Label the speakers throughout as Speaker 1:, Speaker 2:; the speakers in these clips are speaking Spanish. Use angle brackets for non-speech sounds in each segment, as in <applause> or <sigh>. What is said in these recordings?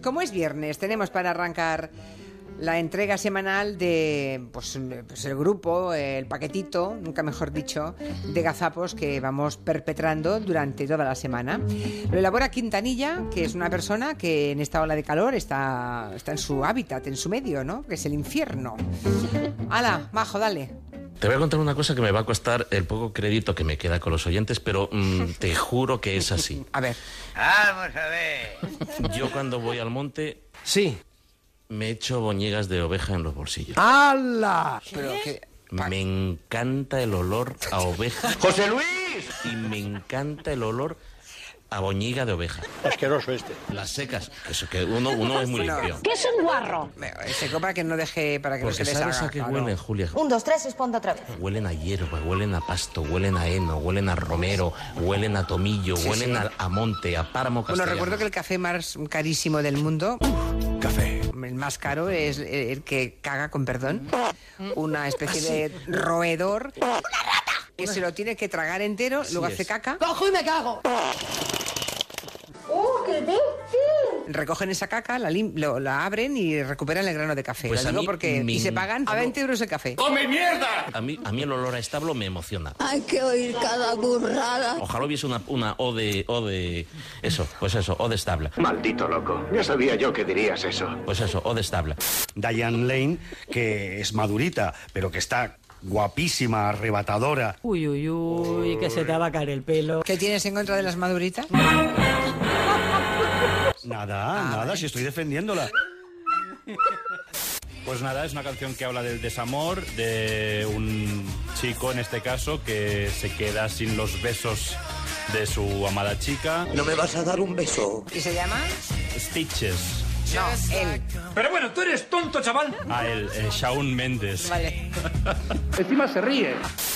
Speaker 1: como es viernes, tenemos para arrancar la entrega semanal de pues, pues el grupo, el paquetito, nunca mejor dicho, de gazapos que vamos perpetrando durante toda la semana. Lo elabora Quintanilla, que es una persona que en esta ola de calor está, está en su hábitat, en su medio, ¿no? Que es el infierno. ¡Hala, majo, dale!
Speaker 2: Te voy a contar una cosa que me va a costar el poco crédito que me queda con los oyentes, pero mm,
Speaker 3: <laughs>
Speaker 2: te juro que es así.
Speaker 1: A ver,
Speaker 3: Vamos a ver.
Speaker 2: Yo cuando voy al monte
Speaker 4: Sí.
Speaker 2: me echo boñigas de oveja en los bolsillos.
Speaker 3: Ah.
Speaker 4: ¡Hala!
Speaker 1: pero que...
Speaker 2: Me encanta el olor a oveja
Speaker 3: <laughs> ¡José Luis!
Speaker 2: y me encanta el olor a boñiga de oveja.
Speaker 5: Asqueroso este.
Speaker 2: Las secas, que eso que uno, uno es muy limpio.
Speaker 6: ¿Qué es un guarro?
Speaker 1: eh, Se compra que no deje para que
Speaker 2: Porque
Speaker 1: no se
Speaker 2: sabes
Speaker 1: deshaga,
Speaker 2: a qué
Speaker 1: claro.
Speaker 2: huelen, Julia.
Speaker 6: Un, dos, tres, responda otra vez.
Speaker 2: Huelen a hierba, huelen a pasto, huelen a heno, huelen a romero, huelen a tomillo, huelen A, a monte, a páramo
Speaker 1: Bueno,
Speaker 2: castellano.
Speaker 1: recuerdo que el café más carísimo del mundo,
Speaker 4: Café.
Speaker 1: el más caro, es el- el que caga, con perdón, una especie
Speaker 2: Ah,
Speaker 1: de roedor. Que se lo tiene que tragar entero, luego hace
Speaker 2: es.
Speaker 1: caca,
Speaker 6: ¡Cojo y me cago!
Speaker 1: recogen esa caca, la, lim- lo- la abren y recuperan el grano de café.
Speaker 2: Pues
Speaker 1: Lo
Speaker 2: a
Speaker 1: digo
Speaker 2: mí
Speaker 1: porque
Speaker 2: me
Speaker 1: y se pagan a
Speaker 2: encantó.
Speaker 1: 20 euros el café.
Speaker 2: A mí, a mí el olor a establo me emociona.
Speaker 7: Hay que oír cada burrada.
Speaker 2: Ojalá hubiese una, una O de... O de... Eso, pues eso, O de establa.
Speaker 5: Maldito loco. Ya sabía yo que dirías eso.
Speaker 2: Pues eso, O de establa.
Speaker 8: Diane Lane, que es madurita, pero que está guapísima, arrebatadora.
Speaker 9: Uy, uy, uy, que se te va a caer el pelo.
Speaker 1: ¿Qué tienes en contra de las maduritas?
Speaker 8: Nada, nada, si estoy defendiéndola.
Speaker 10: Pues nada, es una canción que habla del desamor de un chico, en este caso, que se queda sin los besos de su amada chica.
Speaker 5: ¿No me vas a dar un beso?
Speaker 1: ¿Y se llama?
Speaker 10: Stitches.
Speaker 1: No, él.
Speaker 10: Pero bueno, tú eres tonto, chaval. A él, eh, Shawn Mendes.
Speaker 1: Vale.
Speaker 5: Encima se ríe.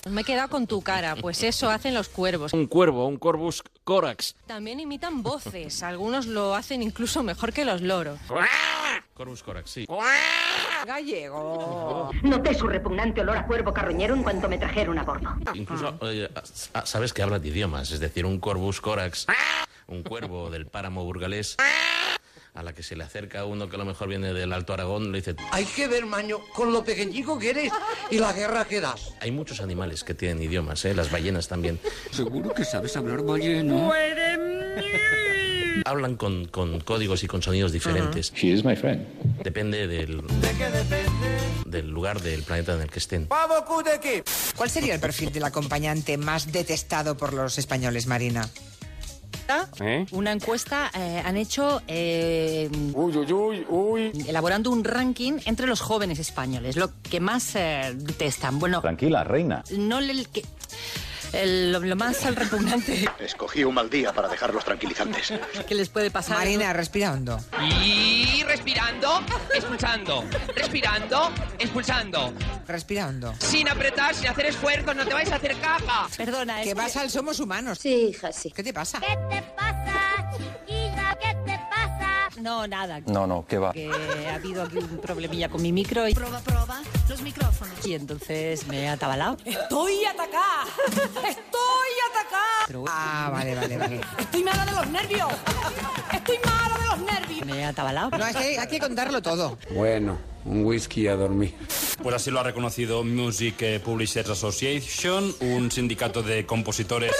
Speaker 11: Me he quedado con tu cara, pues eso hacen los cuervos.
Speaker 4: Un cuervo, un corvus corax.
Speaker 11: También imitan voces, algunos lo hacen incluso mejor que los loros.
Speaker 2: Corvus Corax, sí.
Speaker 1: Gallego.
Speaker 6: Noté su repugnante olor a cuervo carroñero en cuanto me trajeron a bordo.
Speaker 2: Incluso, eh, ah, sabes que hablas de idiomas, es decir, un Corvus Corax,
Speaker 1: Ah.
Speaker 2: un cuervo del páramo burgalés, a la que se le acerca uno que a lo mejor viene del Alto Aragón, le dice...
Speaker 3: Hay que ver, Maño, con lo pequeñico que eres y la guerra que das.
Speaker 2: Hay muchos animales que tienen idiomas, ¿eh? las ballenas también.
Speaker 5: <laughs> Seguro que sabes hablar balleno.
Speaker 2: <laughs> Hablan con, con códigos y con sonidos diferentes.
Speaker 10: She is my friend.
Speaker 2: Depende del, del lugar del planeta en el que estén.
Speaker 1: ¿Cuál sería el perfil del acompañante más detestado por los españoles, Marina?
Speaker 11: Una encuesta eh, han hecho eh,
Speaker 5: Uy, uy, uy, uy.
Speaker 11: elaborando un ranking entre los jóvenes españoles, lo que más eh, detestan. Bueno,
Speaker 10: Tranquila, reina.
Speaker 11: no el que... el- lo, lo más repugnante
Speaker 5: Escogí un mal día para dejarlos
Speaker 11: <laughs>
Speaker 5: tranquilizantes.
Speaker 11: que les puede pasar.
Speaker 1: Marina, respira hondo.
Speaker 3: Y respirando, expulsando, respirando, expulsando.
Speaker 1: Respira hondo.
Speaker 3: Sin apretar, sin hacer esfuerzos, no te vais a hacer caja.
Speaker 11: Perdona, es
Speaker 1: Que
Speaker 11: que-
Speaker 1: vas al Somos Humanos.
Speaker 7: Sí, hija, sí.
Speaker 1: ¿Qué te pasa?
Speaker 7: te pasa, chiquilla? ¿Qué te pasa?
Speaker 11: No, nada.
Speaker 4: No, no, que va.
Speaker 11: Que ha habido aquí un problemilla con mi micro y...
Speaker 7: Proba, proba los micrófonos.
Speaker 11: Y entonces me he atabalado.
Speaker 6: ¡Estoy atacada! <laughs> ¡Estoy atacada!
Speaker 11: Pero bueno,
Speaker 1: Ah, vale, vale, vale.
Speaker 6: ¡Estoy mala de los nervios! ¡Estoy mala de los nervios!
Speaker 11: me he atabalado.
Speaker 1: No, es que hay que contarlo todo.
Speaker 5: Bueno, un whisky a dormir.
Speaker 10: Pues así lo ha reconocido Music Publishers Association, un sindicato de compositores.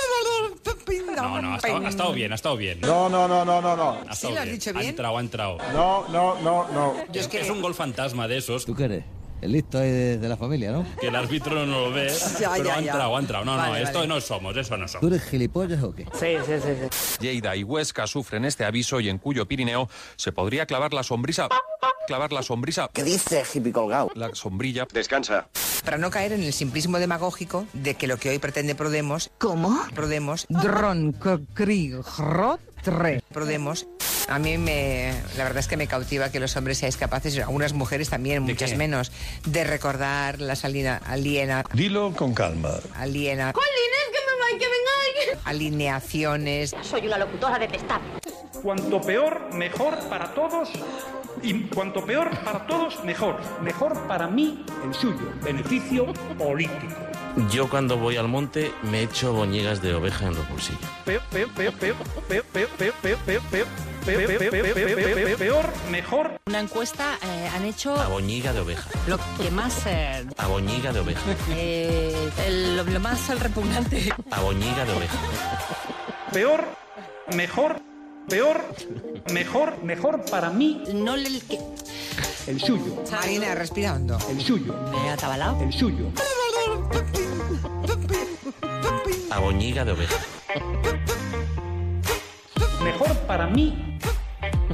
Speaker 10: No, no, ha estado, ha estado bien, ha estado bien.
Speaker 4: No, no, no, no, no, no.
Speaker 10: Ha estado
Speaker 1: lo has dicho bien.
Speaker 10: Ha entrado, ha entrado.
Speaker 4: No, no, no, no.
Speaker 1: Yo es
Speaker 10: es,
Speaker 1: que-
Speaker 10: es un gol fantasma de esos
Speaker 4: qué eres? El listo de, la familia, ¿no?
Speaker 10: que el árbitro no lo ve,
Speaker 1: <laughs> Ya,
Speaker 10: pero
Speaker 1: ya,
Speaker 10: ha
Speaker 1: ya.
Speaker 10: entrado, ha entrado. No, no,
Speaker 1: Vale,
Speaker 10: esto
Speaker 1: vale.
Speaker 10: no somos, eso no somos.
Speaker 4: eres gilipollas o qué?
Speaker 9: Sí, sí, sí, sí.
Speaker 4: Lleida y Huesca sufren este aviso y en cuyo Pirineo se podría clavar la sombrisa. Clavar la sombrisa.
Speaker 5: ¿Qué dices, hippie colgado?
Speaker 4: La sombrilla.
Speaker 5: Descansa.
Speaker 1: Para no caer en el simplismo demagógico de que lo que hoy pretende Prodemos,
Speaker 7: ¿Cómo?
Speaker 1: Prodemos,
Speaker 6: Dron,
Speaker 1: Prodemos, a mí me, la verdad es que me cautiva que los hombres seáis capaces, y algunas mujeres también, muchas
Speaker 10: qué?
Speaker 1: menos, de recordar la salida aliena,
Speaker 8: Dilo con calma.
Speaker 1: aliena,
Speaker 7: Polines, que me van, que venga
Speaker 1: alineaciones.
Speaker 6: Soy una locutora detestable.
Speaker 10: Cuanto peor, mejor para todos. Y cuanto peor para todos, mejor. Mejor para mí, el suyo. Beneficio político.
Speaker 2: Yo cuando voy al monte me echo boñigas de oveja en los bolsillos.
Speaker 8: peor, mejor. Una encuesta eh, han hecho
Speaker 2: A boñiga de oveja.
Speaker 8: lo que más. eh,
Speaker 2: A boñiga de oveja.
Speaker 8: eh, el- lo, lo más repugnante.
Speaker 2: A boñiga de oveja.
Speaker 8: Peor, mejor, peor, mejor, mejor para mí. No el que.
Speaker 1: El suyo. Marina, respira hondo. El suyo.
Speaker 8: ¿Me ha atabalado?
Speaker 1: El suyo.
Speaker 2: A boñiga de oveja.
Speaker 8: Mejor para mí.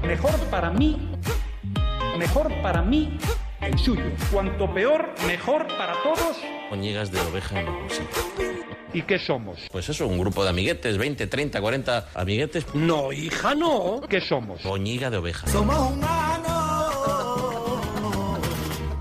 Speaker 8: Mejor para mí. Mejor para mí. El suyo. Cuanto peor, mejor para todos.
Speaker 2: Boñigas de oveja en los bolsillos.
Speaker 8: ¿Y qué somos?
Speaker 2: Pues eso, un grupo de amiguetes, 20, 30, 40 amiguetes. No, hija, no. ¿Qué somos? Boñiga de oveja.
Speaker 12: Somos una